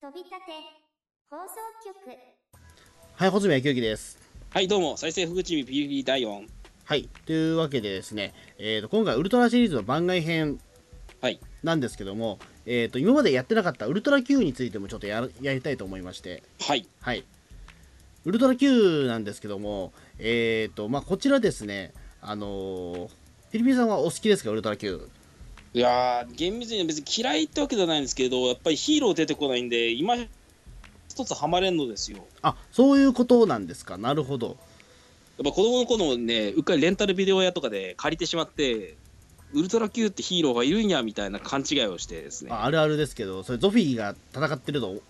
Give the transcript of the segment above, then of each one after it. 飛び立て放送局はい、穂積昭之です。はい、どうも、再生福地 PV 第4。はい、というわけでですね、えー、と今回ウルトラシリーズの番外編はいなんですけども、えー、と今までやってなかったウルトラ Q についてもちょっとやるやりたいと思いまして、はい、はい、ウルトラ Q なんですけども、えーとまあ、こちらですね、あのー、フィリピンさんはお好きですか、ウルトラ Q。いやー、厳密には別に嫌いってわけじゃないんですけど、やっぱりヒーロー出てこないんで、今一つハマれんのですよ。やっあそういうことなんですか、なるほど。ぱ子供の頃ね、うっかりレンタルビデオ屋とかで借りてしまって、ウルトラ Q ってヒーローがいるんやみたいな勘違いをしてですね、ああるあるですけど、それゾフィーが戦ってると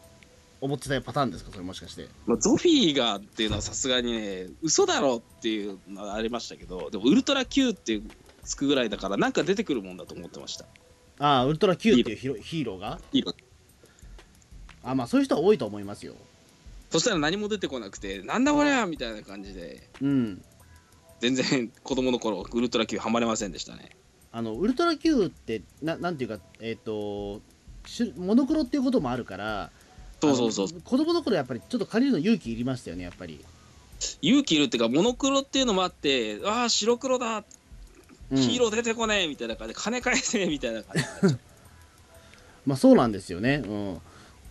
思ってたパターンですか、それもしかして。まあ、ゾフィーがっていうのはさすがにね、嘘だろっていうのはありましたけど、でもウルトラ Q ってつくぐらいだから、なんか出てくるもんだと思ってました。あウルトラ Q っていうヒーローヒーローがヒーローあまあそういう人は多いと思いますよ。そしたら何も出てこなくて、なんだこりゃみたいな感じで、うん。全然子供の頃 ウルトラ Q ハマれませんでしたねあのウルトラ Q ってななんていうかえっ、としモノクロっていうこともあるから。そうそうそうあの子供の頃やっぱりちょっと借りるの勇気いりましたよねやっぱり。勇気いるっていうかモノクロっていうのもあってああ白黒だヒーロー。ロー出てこねえみたいな感じで金返せみたいな感じ になっちゃうまあそうなんですよね。うん。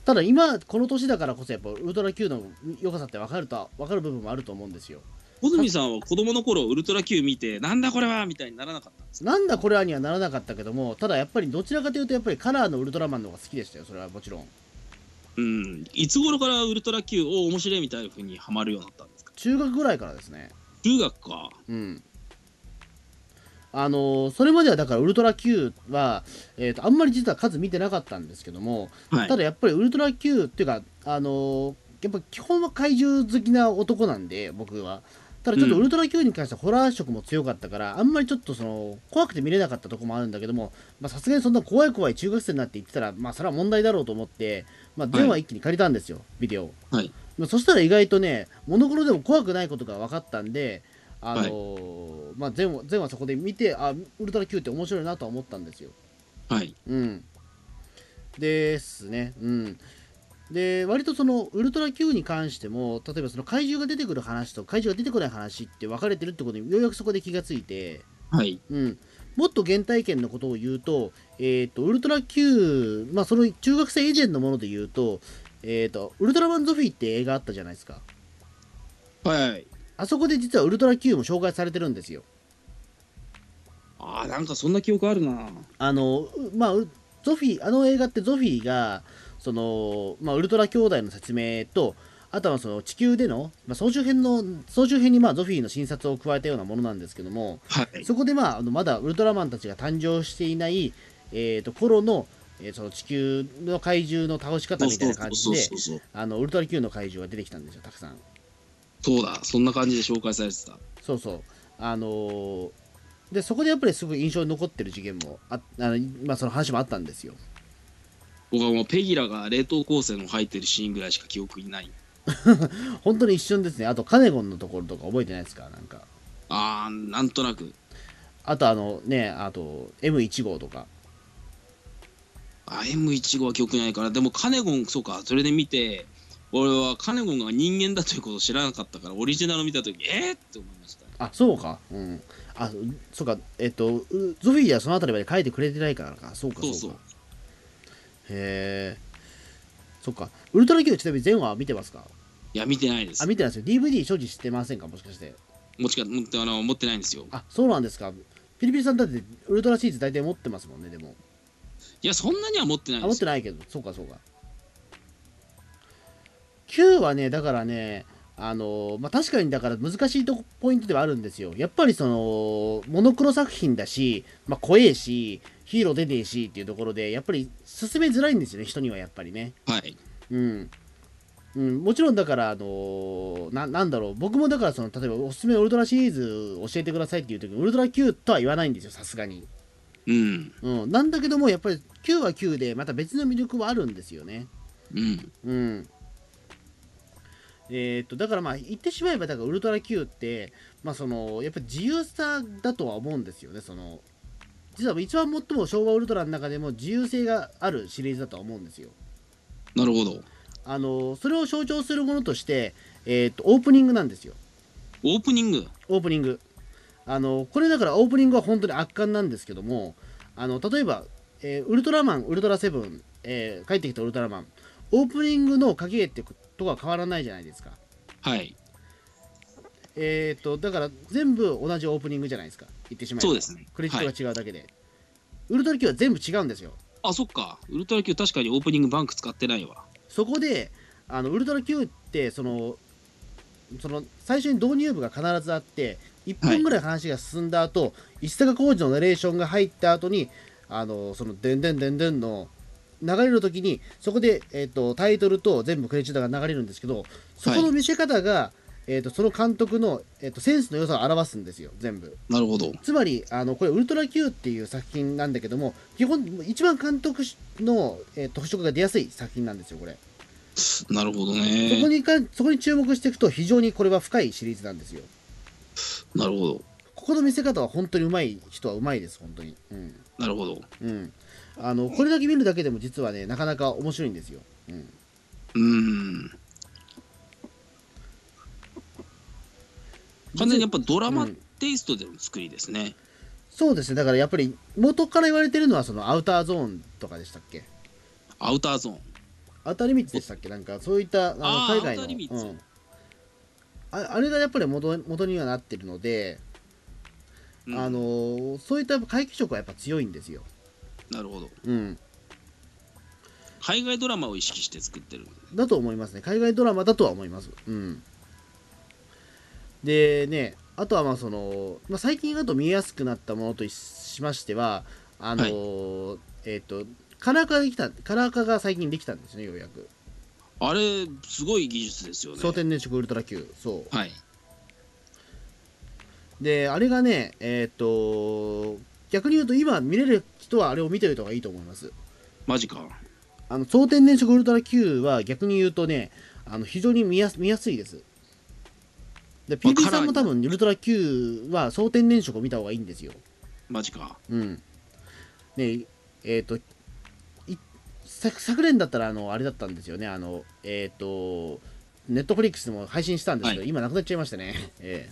ただ今この年だからこそやっぱウルトラ Q の良さって分かるとは分かる部分もあると思うんですよ。小泉さんは子供の頃ウルトラ Q 見てなんだこれはみたいにならなかったんですかなんだこれはにはならなかったけどもただやっぱりどちらかというとやっぱりカラーのウルトラマンの方が好きでしたよそれはもちろん。うんいつ頃からウルトラ Q を面白いみたいな風にハマるようになったんですか中学ぐらいからですね。中学かうん。あのーそれまではだからウルトラ Q は、えー、とあんまり実は数見てなかったんですけども、はいただやっぱりウルトラ Q っていうか、あのーやっぱ基本は怪獣好きな男なんで僕はただちょっとうんウルトラ Q に関してはホラー色も強かったから、あんまりちょっとその怖くて見れなかったとこもあるんだけどもまあさすがにそんな怖い怖い中学生になって言ってたらまあそれは問題だろうと思って、まあ、全話一気に借りたんですよ、ビデオをはいまあそしたら意外とね、モノクロでも怖くないことが分かったんで、あのーまあ前は前はそこで見て、あウルトラ Q って面白いなとは思ったんですよ。はいうん。ですね。うん。で、割とそのウルトラ Q に関しても、例えばその怪獣が出てくる話と怪獣が出てこない話って分かれてるってことにようやくそこで気がついて、はいうん、もっと原体験のことを言うと,、えー、とウルトラ Q、まあ、その中学生以前のもので言うと,、えー、とウルトラマンゾフィーって映画あったじゃないですかはいあそこで実はウルトラ Q も紹介されてるんですよああなんかそんな記憶あるなあのうまあうゾフィーあの映画ってゾフィーがその、まあ、ウルトラ兄弟の説明とあとはその地球での、まあ、総集編の総集編にまあゾフィーの診察を加えたようなものなんですけども、はいそこで、まあ、あのまだウルトラマンたちが誕生していない、えー、と頃の,、えーその地球の怪獣の倒し方みたいな感じでそうそうあのウルトラ Q の怪獣が出てきたんですよたくさんそうそうだそんな感じで紹介されてたそうそうあのーでそこでやっぱりすごい印象に残ってる事件もああの、まあ、その話もあったんですよ僕はもうペギラが冷凍光線を吐いてるシーンぐらいしか記憶にない本当に一瞬ですねあとカネゴンのところとか覚えてないですかなんかあーなんとなくあとあのねあと M1 号とかあ M15 は記憶にないからでもカネゴンそうかそれで見て俺はカネゴンが人間だということを知らなかったからオリジナルを見た時えー、って思いましたねあそうかうんあそうかえっとうゾフィーはその辺りまで書いてくれてないからかそうかそうそうかそうへえ。そっか。ウルトラ Q ちなみに全話見てますかいや見てないですあ、見てないですよ。DVD 所持してませんかもしかして。もしか持ってあの持ってないんですよあ、そうなんですか。ピリピリさんだってウルトラシリーズ大体持ってますもんね、でも。いやそんなには持ってないあ、で持っすてよないけど、そうかそうか。Q はね、だからね、あのまあ、確かにだから難しいとこポイントではあるんですよ。やっぱりその、モノクロ作品だし、まあ、怖えし、ヒーロー出ねえしっていうところで、やっぱり進めづらいんですよね、人にはやっぱりね。はいうん、うん、もちろんだから、あのーななんだろう僕もだからその例えばおすすめのウルトラシリーズ教えてくださいっていう時にウルトラ Q とは言わないんですよさすがに、うんうん、なんだけどもやっぱり Q は Q でまた別の魅力はあるんですよねうんうんえー、とだからまあ言ってしまえばだからウルトラ Q って、まあ、そのやっぱり自由さだとは思うんですよねその実は一番最も昭和ウルトラの中でも自由性があるシリーズだとは思うんですよなるほど。あのそれを象徴するものとして、えー、とオープニングなんですよオープニング。オープニングあのこれだからオープニングは本当に圧巻なんですけどもあの例えば、えーウルトラマン」「ウルトラセブン」えー帰ってきたウルトラマン」オープニングの影絵ってことは変わらないじゃないですかはい。えー、とだから全部同じオープニングじゃないですか言ってしまえばそうですねクレジットが違うだけで、ウルトラ Q は全部違うんですよあ、そっか。ウルトラ Q 確かにオープニングバンク使ってないわ。そこであのウルトラ Q ってそのその最初に導入部が必ずあって1分ぐらい話が進んだ後、石坂浩二のナレーションが入った後にあのその「でんでんでんでん」の流れる時にそこで、えっとタイトルと全部クレジットが流れるんですけどそこの見せ方が、えっとその監督の、えっとセンスの良さを表すんですよ全部。なるほど。つまりあのこれ「ウルトラ Q」っていう作品なんだけども基本一番監督の、えー、特色が出やすい作品なんですよこれ。なるほそどこね。にかそこに注目していくと非常にこれは深いシリーズなんですよ。なるほど。ここの見せ方は本当にうまい人はうまいです本当に。うんなるほど。うん、あのこれだけ見るだけでも実はねなかなか面白いんですよ。うん、うーん。完全にやっぱドラマテイストでの作りですね。そうですねだからやっぱり元から言われてるのはそのアウターゾーンとかでしたっけアウターゾーン。アウターリミッツでしたっけなんかそういったあのあー海外アウターリミッの、ツうん、ああれがやっぱり元元にはなってるので、うんあのーそういった回帰色はやっぱ強いんですよ。なるほど。うん海外ドラマを意識して作ってる。だと思いますね。海外ドラマだとは思います。うん。でね、あとはまあその、まあ、最近だと見えやすくなったものといしましては、あのーえっ、と、カラー化ができた、カラー化が最近できたんですね、ようやく。あれ、すごい技術ですよね。蒼天電色ウルトラ Q。そはい。う。で、あれがね、えっ、と、逆に言うと今見れる人はあれを見ておいた方がいいと思います。マジか。あの、蒼天電色ウルトラ Q は逆に言うとね、あの非常に見やす見やすいです。で、まあ PP さんもカ多ラ分、ウルトラ Q は蒼天電色を見た方がいいんですよ。マジか。うん。ねえっ、と、い昨昨年だったら、あの、あれだったんですよね、あの、えっ、と、ネットフリックスでも配信したんですけど、は今なくなっちゃいましたね。 え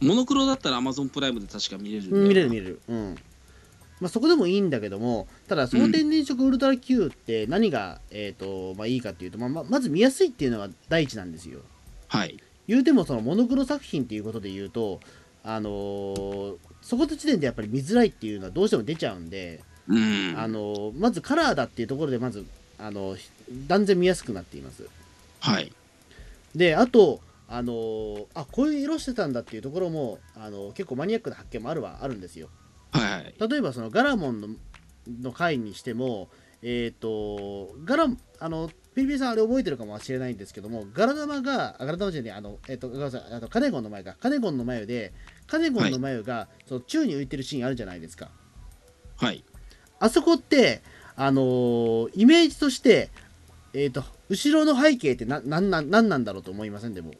モノクロだったら Amazon プライムで確か見れるんえだよな見れる見れる。うん。まあ、そこでもいいんだけども、ただ、蒼天電色ウルトラ Q って何が、えっ、と、まあいいかっていうと、まあまあ、まず見やすいっていうのが第一なんですよ。はい。言うてもそのモノクロ作品っていうことで言うとあのーそこの時点でやっぱり見づらいっていうのはどうしても出ちゃうんで、うん。あのーまずカラーだっていうところでまず、あのー断然見やすくなっていますはい。であとあのーあこういう色してたんだっていうところも、あのー結構マニアックな発見もあるはあるんですよはいはい。例えばそのガラモンのの回にしてもえっ、とガラあの PB さんあれ覚えてるかもしれないんですけどもガラ玉があガラ玉じゃねえあのえっ、とごめんなさいあとカネゴンの前がカネゴンの眉でカネゴンの眉が、その宙に浮いてるシーンあるじゃないですかはい。あそこってあのーイメージとしてえっ、と後ろの背景ってななんなんなんなんだろうと思いませんでも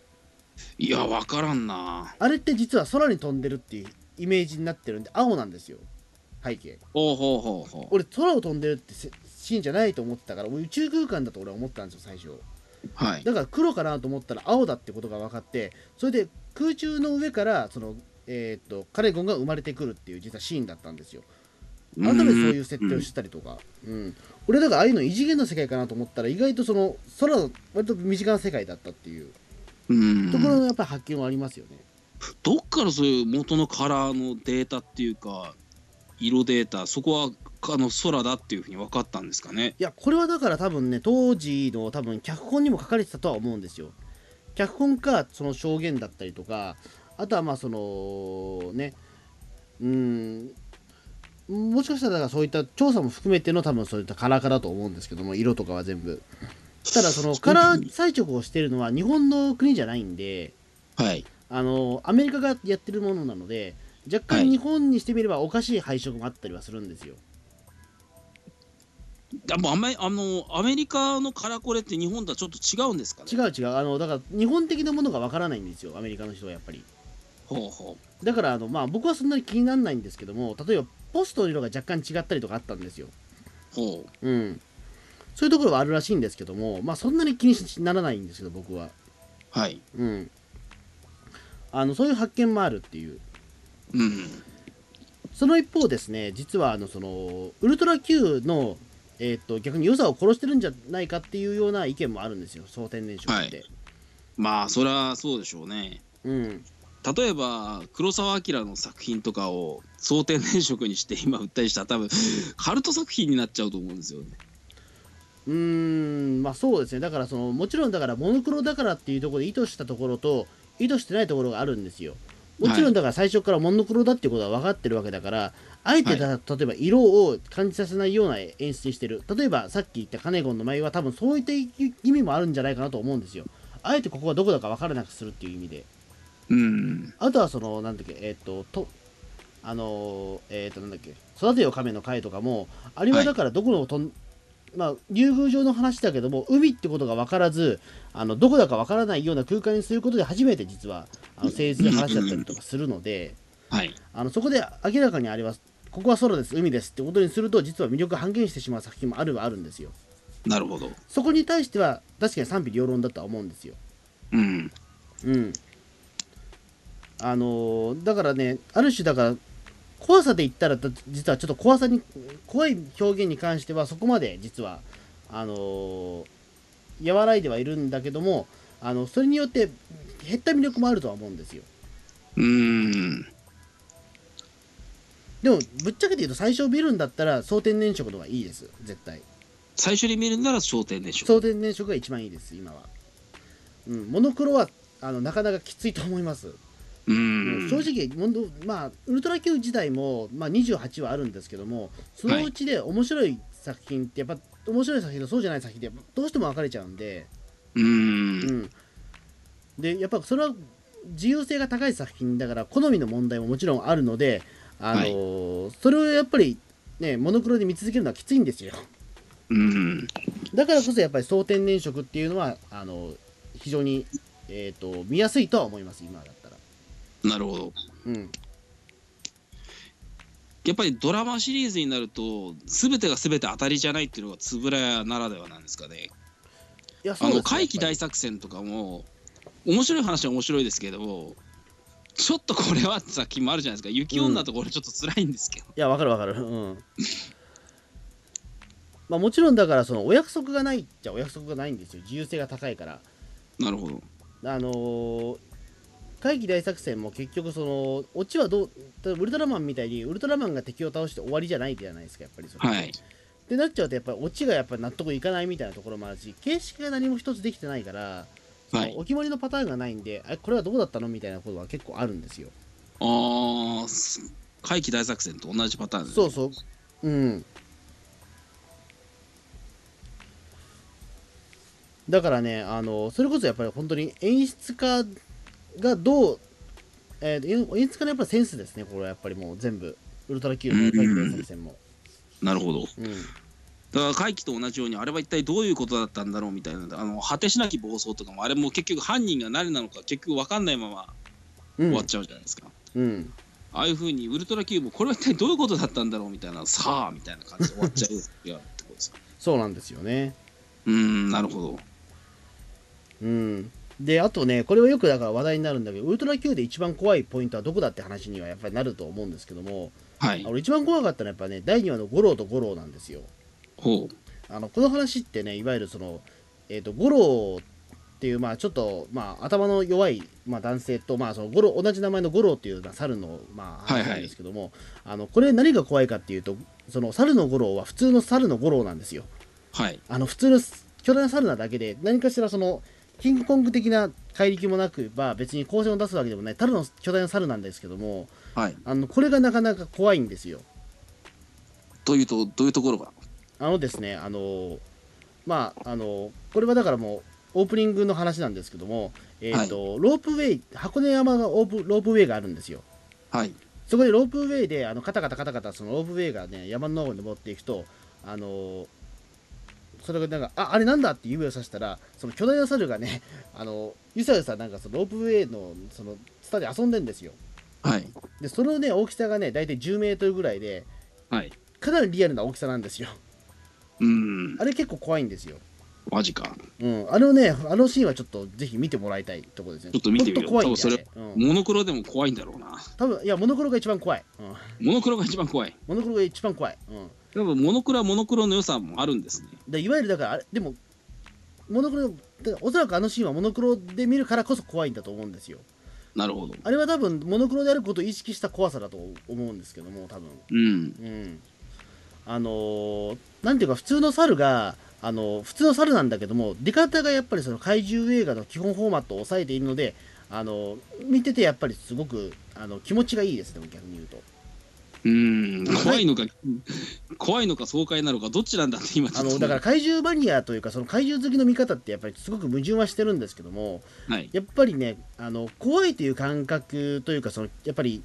いや、わからんな。あれって実は空に飛んでるっていうイメージになってるんで青なんですよ背景ほうほうほうほう。俺空を飛んでるってせシーンじゃないと思ってたから俺宇宙空間だと俺は思ったんですよ最初はい。だから黒かなと思ったら青だってことが分かってそれで空中の上からそのえーっとカレゴンが生まれてくるっていう実はシーンだったんですよ改めてそういう設定をしてたりとかうん、俺だからああいうの異次元の世界かなと思ったら意外とその空の割と身近な世界だったっていううん。ところのやっぱり発見はありますよね、どっからそういう元のカラーのデータっていうか色データそこはあの空だっていうふうに分かったんですかねいやこれはだから多分ね当時の多分脚本にも書かれてたとは思うんですよ脚本かその証言だったりとかあとはまあそのねうんもしかしたらだからそういった調査も含めての多分そういったカラー化だと思うんですけども色とかは全部ただ そのカラー採直をしてるのは日本の国じゃないんではいあのアメリカがやってるものなので若は干い日本にしてみればおかしい配色もあったりはするんですよ、でもアメあのアメリカのカラコレって日本とはちょっと違うんですかね違う違うあのだから日本的なものがわからないんですよアメリカの人はやっぱりほうほうだからあの、まあ、僕はそんなに気にならないんですけども例えばポストの色が若干違ったりとかあったんですよほううんそういうところはあるらしいんですけども、まあ、そんなに気にしならないんですけど、僕は。はい。うん。あの、そういう発見もあるっていう。うん。その一方ですね、実はあのそのウルトラ Q の、えーっと逆に良さを殺してるんじゃないかっていうような意見もあるんですよ、総天然賞って。まあ、そりゃそうでしょうね。うん、例えば黒澤明の作品とかを総天然色にして今売ったりしたら多分カルト作品になっちゃうと思うんですよね。うーん、まあそうですね、だからそのもちろんだからモノクロだからっていうところで意図したところと、意図してないところがあるんですよ。もちろはんいだから最初からモノクロだっていうことは分かってるわけだから、あえてだ、例えば色を感じさせないような演出にしてる、例えばさっき言ったカネゴンの舞は、多分そういった意味もあるんじゃないかなと思うんですよ。あえてここがどこだか分からなくするっていう意味で。うん。あとはその、なんだっけ、えーっ、と、と、あのーえーっ、と、なんだっけ、育てよ亀の会とかも、あれはだからどこのとん、まあ、竜宮城の話だけども、海ってことが分からず、あのどこだか分からないような空間にすることで、初めて実は、あの政治の話だったりとかするので、はい。あのそこで明らかにあります、ここは空です、海ですってことにすると、実は魅力が半減してしまう作品もあるはあるんですよ。なるほど。そこに対しては、確かに賛否両論だとは思うんですよ。うん。うん、あのーだからねある種だから怖さで言ったらだ実はちょっと怖さに怖い表現に関してはそこまで実はあのー和らいではいるんだけどもあのそれによって減った魅力もあるとは思うんですようん。でもぶっちゃけて言うと最初見るんだったら総天然色の方がいいです絶対最初に見るなら商店でしょ。総天然色が一番いいです今は、うん、モノクロはあのなかなかきついと思いますう。もうん正直、ほんとまあ、ウルトラ Q 自体も、まあ、28はあるんですけどもそのうちで面白い作品ってやっぱ、面白い作品とそうじゃない作品ってどうしても分かれちゃうんで,、う。うんん、でやっぱそれは自由性が高い作品だから好みの問題ももちろんあるので、あのーそれをやっぱり、ね、モノクロで見続けるのはきついんですようん。だからこそやっぱり総天然色っていうのはあの非常に、えー、と見やすいとは思います今だったら。なるほど。うんやっぱりドラマシリーズになると全てが全て当たりじゃないっていうのが円谷ならではなんですかね。いやそあうですねの怪奇やっぱり大作戦とかも面白い話は面白いですけどちょっとこれはってさっきもあるじゃないですか雪女とこれちょっと辛いんですけど、いや、わかるわかる。うん。まあもちろんだから、そのお約束がないっちゃお約束がないんですよ。自由性が高いから。なるほどあのー会議大作戦も結局、その、オチはどう、ただウルトラマンみたいに、ウルトラマンが敵を倒して終わりじゃないじゃないですか、やっぱりそれ。はいってなっちゃうと、やっぱりオチがやっぱ納得いかないみたいなところもあるし、形式が何も一つできてないから、そのはいお決まりのパターンがないんで、あれこれはどうだったのみたいなことは結構あるんですよ。あーす怪奇大作戦と同じパターンですそうそう。うん。だからね、あのそれこそやっぱり本当に演出家がどう、えー演出家のやっぱりセンスですね、これはやっぱりもう全部、ウルトラ Q も怪奇大作戦も。なるほどうん、だから怪奇と同じようにあれは一体どういうことだったんだろうみたいなあの果てしなき暴走とかもあれも結局犯人が誰なのか結局分かんないままう終んわっちゃうじゃないですか、うん、ああいうふうにウルトラ Q もこれは一体どういうことだったんだろうみたいなさあみたいな感じで終わっちゃういやってことですかそうなんですよね。うーんなるほどうん、で、あとね、これはよくだから話題になるんだけど、ウルトラ Q で一番怖いポイントはどこだって話にはやっぱりなると思うんですけども、はい俺、一番怖かったのはやっぱね、第2話の五郎と五郎なんですよ。ほうあのこの話ってねいわゆるその、えー、と五郎っていうまあちょっと、まあ、頭の弱い、まあ、男性と、まあ、その五郎同じ名前の五郎っていう、まあ、猿の、まあ、はいはい話なんですけども、あのこれ何が怖いかっていうとその猿の五郎は普通の猿の五郎なんですよ。はいあの普通の巨大な猿なだけで何かしらそのキングコング的な怪力もなくば別に光線を出すわけでもないただの巨大な猿なんですけどもはいあのこれがなかなか怖いんですよ。というとどういうところがあのですね、あのーまあ、あのーこれはだからもう、オープニングの話なんですけども、えーとロープウェイ、箱根山がオープロープウェイがあるんですよ。はいそこでロープウェイで、あのカタカタカタカタ、そのロープウェイがね、山の方に登っていくと、あのーそれがなんか、あ、あれなんだって指をさしたら、その巨大な猿がね、あのーゆさゆさなんかそのロープウェイの、その、ツタで遊んでんですよ。はいで、そのね、大きさがね、大体10メートルぐらいで、はいかなりリアルな大きさなんですよ。うんあれ結構怖いんですよ。マジかうん、あのね、あのシーンはちょっとぜひ見てもらいたいところですね。ちょっと見てみようほんと怖いん多分そでれ、あれうん。モノクロでも怖いんだろうな多分いや、モノクロが一番怖い。うん、モノクロが一番怖いモノクロが一番怖い。うん、多分モノクロはモノクロの良さもあるんですねでいわゆるだからあれでもモノクロだおそらくあのシーンはモノクロで見るからこそ怖いんだと思うんですよなるほどあれは多分モノクロであることを意識した怖さだと思うんですけども多分うんうんあのーなんていうか普通の猿があのー普通の猿なんだけども出方がやっぱりその怪獣映画の基本フォーマットを抑えているのであのー見ててやっぱりすごくあの気持ちがいいですね逆に言うとうん怖いのか 怖いのか爽快なのかどっちなんだって今ちょあっとのだから怪獣マニアというかその怪獣好きの見方ってやっぱりすごく矛盾はしてるんですけどもはいやっぱりねあの怖いという感覚というかそのやっぱり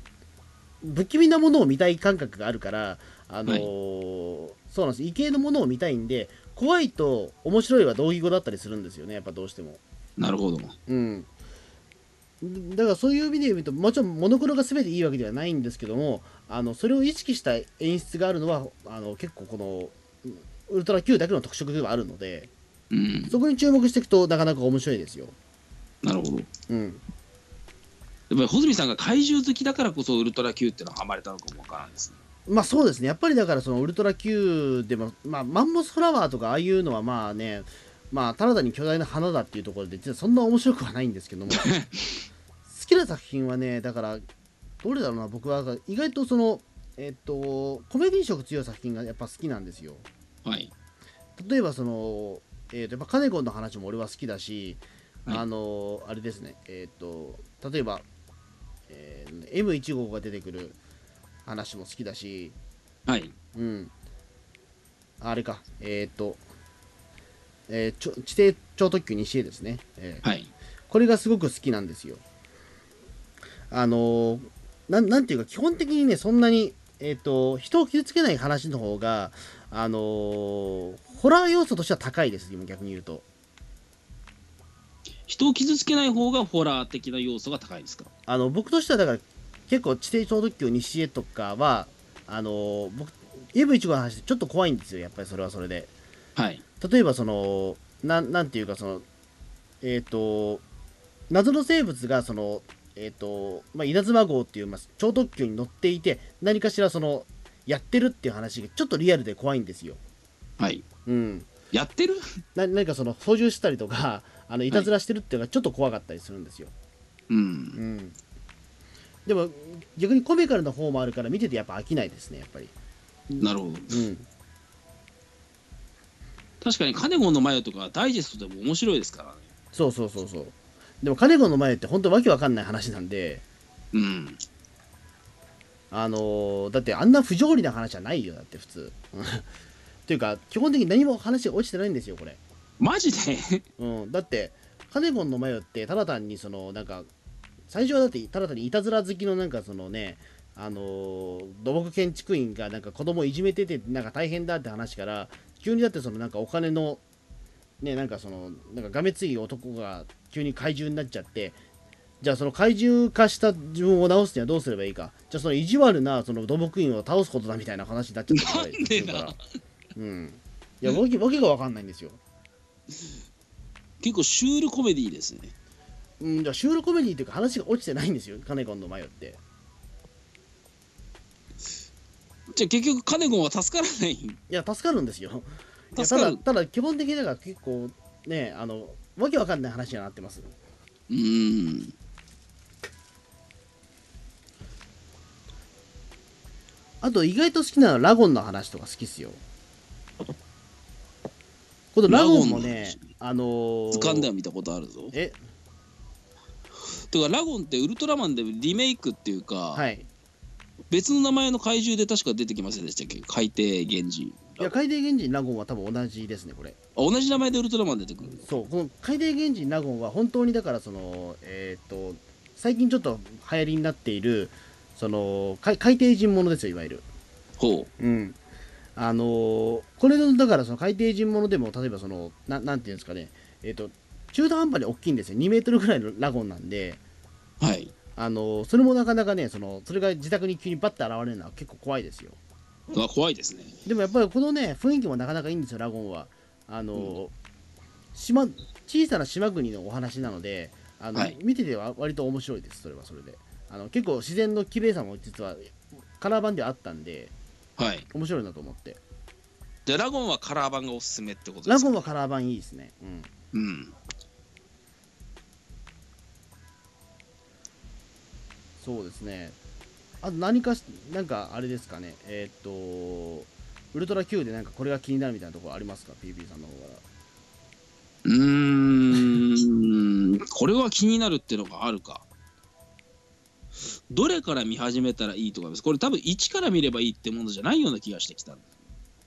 不気味なものを見たい感覚があるからあのーそうなんです異形のものを見たいんで怖いと面白いは同義語だったりするんですよねやっぱどうしても。なるほどうんだからそういう意味で言うともちろんモノクロが全ていいわけではないんですけどもあのそれを意識した演出があるのはあの結構このうんウルトラ Q だけの特色ではあるのでうんそこに注目していくとなかなか面白いですよ。なるほどやっうんぱり穂積さんが怪獣好きだからこそウルトラ Q ってのはハマれたのかもわからないですねまあそうですね、やっぱりだから、そのウルトラ Q でも、まあ、マンモスフラワーとか、ああいうのはまあね、まあ、ただに巨大な花だっていうところで、実はそんな面白くはないんですけ ども、好きな作品はね、だから、どれだろうな、僕は意外とその、えっと、コメディ色強い作品がやっぱ好きなんですよ。はい例えば、その、えっと、やっぱカネコンの話も俺は好きだし、はいあの、あれですね、えっと、例えば、えー M1 号が出てくる話も好きだし、はいうん。あれか、えっ、と、えーちょ地底超特急西へですね、えーはいこれがすごく好きなんですよ。あのーなん、なんていうか、基本的にね、そんなに、えっ、と、人を傷つけない話の方が、あのーホラー要素としては高いです、今逆に言うと。人を傷つけない方がホラー的な要素が高いですかあの僕としてはだから結構地底超特急西へとかはあのー僕 EV1 号の話でちょっと怖いんですよやっぱりそれはそれではい例えばそのなんなんていうかそのえっ、と謎の生物がそのえっ、と、まあ、稲妻号っていう、まあ、超特急に乗っていて何かしらそのやってるっていう話がちょっとリアルで怖いんですよ。はいうん、やってるな何かその操縦したりとか あのいたずらしてるっていうのがちょっと怖かったりするんですよ。うんうん、でも逆にコミカルな方もあるから見ててやっぱ飽きないですねやっぱり。なるほどうん、確かにカネゴンのマヨとかダイジェストでも面白いですからねそうそうそうそう。でもカネゴンの前って本当わけわかんない話なんで。うんあのーだってあんな不条理な話じゃないよだって普通。 というか基本的に何も話が落ちてないんですよこれ。マジで うん、だってカネゴンのマヨってただ単にそのなんか最初はだってただ単にいたずら好きのなんかそのねあのー土木建築員がなんか子供いじめててなんか大変だって話から急にだってそのなんかお金のねなんかそのなんかがめつい男が急に怪獣になっちゃってじゃあその怪獣化した自分を直すにはどうすればいいかじゃあその意地悪なその土木員を倒すことだみたいな話になっちゃったりするからなんでうんいやわけわけがわかんないんですよ結構シュールコメディーですねうん、じゃあ収録コメディというか話が落ちてないんですよ、カネコンの迷って。じゃあ結局カネゴンは助からないいや、助かるんですよ。いやた助かだ、るただ基本的にだから結構ね、あの、わけわかんない話にはなってます。うんあと、意外と好きなのはラゴンの話とか好きっすよ。このラゴンもね、あのー、図鑑では見たことあるぞえ、てかラゴンってウルトラマンでリメイクっていうか、はい。別の名前の怪獣で確か出てきませんでしたっけ海底源氏いや、海底原人ラゴンは多分同じですね、これ。あ同じ名前でウルトラマン出てくるそう、この海底原人ラゴンは本当にだから、その、えっ、と、最近ちょっと流行りになっている、その、海海底人ものですよ、いわゆる。ほううん、あのーこれのだからその海底人ものでも例えばそのななんていうんですかねえっ、と中途半端に大きいんですよ2メートルぐらいのラゴンなんではいあのーそれもなかなかねそのそれが自宅に急にバッて現れるのは結構怖いですようわ怖いですねでもやっぱりこのね雰囲気もなかなかいいんですよラゴンはあの、島小さな島国のお話なのであの、はい見てては割と面白いですそれはそれであの結構自然の綺麗さも実はカラー版ではあったんではい面白いなと思ってでラゴンはカラー版がおすすめってことでラすかゴンはカラー版いいですねうんうんそうですねあと何かしなんかあれですかねえーっとウルトラ Q でなんかこれが気になるみたいなところありますか PB さんの方からうーん これは気になるってのがあるかどれから見始めたらいいとかですこれ多分1から見ればいいってものじゃないような気がしてきた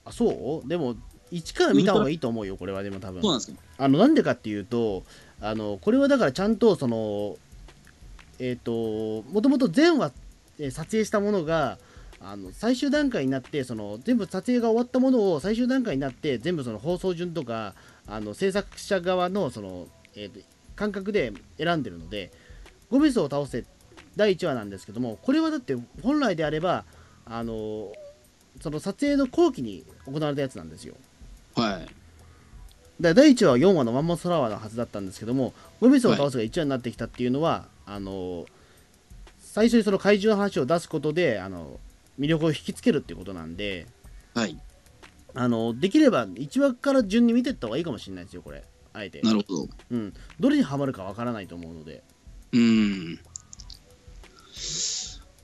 あそうでも1から見た方がいいと思うよこれはでも多分そうなんですかあのなんでかっていうとあのこれはだからちゃんとそのえっ、ともともと全話えー撮影したものがあの最終段階になってその全部撮影が終わったものを最終段階になって全部その放送順とかあの制作者側のその、えーと感覚で選んでるのでゴメスを倒せ第1話なんですけどもこれはだって本来であればあのその撮影の後期に行われたやつなんですよ。はいだから第1話は4話のマンモスフラワーのはずだったんですけどもゴミスを倒すが1話になってきたっていうのは、あの最初にその怪獣の話を出すことであの魅力を引きつけるっていうことなんではいあのできれば1話から順に見ていった方がいいかもしれないですよこれあえてなるほどうん、どれにはまるかわからないと思うのでうん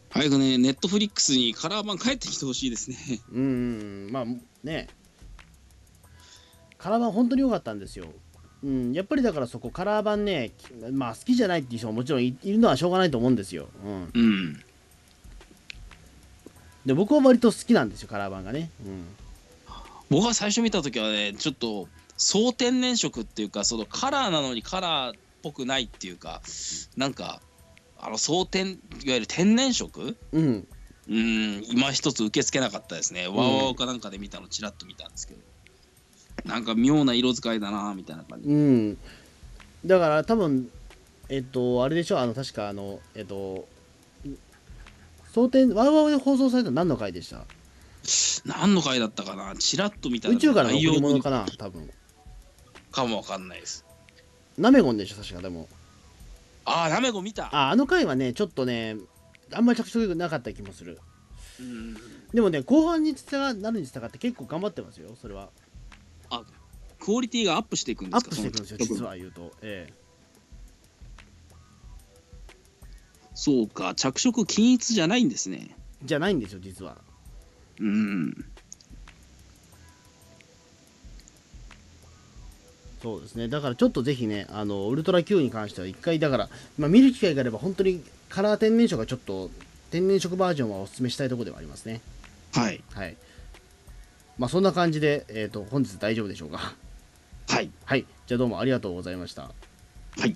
早くねネットフリックスにカラー版帰ってきてほしいですねうんうんまあねカラー版本当に良かったんですようん、やっぱりだからそこカラー版ね、きまあ、好きじゃないっていう人ももちろんいいるのはしょうがないと思うんですよ。うん、うんで僕は割と好きなんですよカラー版がね、うん、僕は最初見た時はねちょっと総天然色っていうかそのカラーなのにカラーっぽくないっていうかなんかあの総天いわゆる天然色うん、うーん今一つ受け付けなかったですね。ワオワオかなんかで見たのちらっと見たんですけど、なんか妙な色使いだなみたいな感じ。うん、だから多分えっとあれでしょあの確かあのえっと蒼天ワウワウで放送されたの何の回でした何の回だったかなちらっと見た宇宙からの内贈り容物かな多分かもわかんないです。ナメゴンでしょ確かでもああ、ナメゴ見た。ああの回はねちょっとねあんまり着色力なかった気もするうんでもね後半になるに従って結構頑張ってますよそれはあクオリティがアップしていくんでアすッかプしていくんですよその実は言うとええそうか、着色均一じゃないんですね。じゃないんですよ実はうん。そうですねだからちょっとぜひねあのウルトラ Q に関しては一回だから、まあ、見る機会があれば本当にカラー天然色がちょっと天然色バージョンはお勧めしたいところではありますねはい。はいまあそんな感じで、えー、と本日大丈夫でしょうかはい。はいじゃあどうもありがとうございましたはい。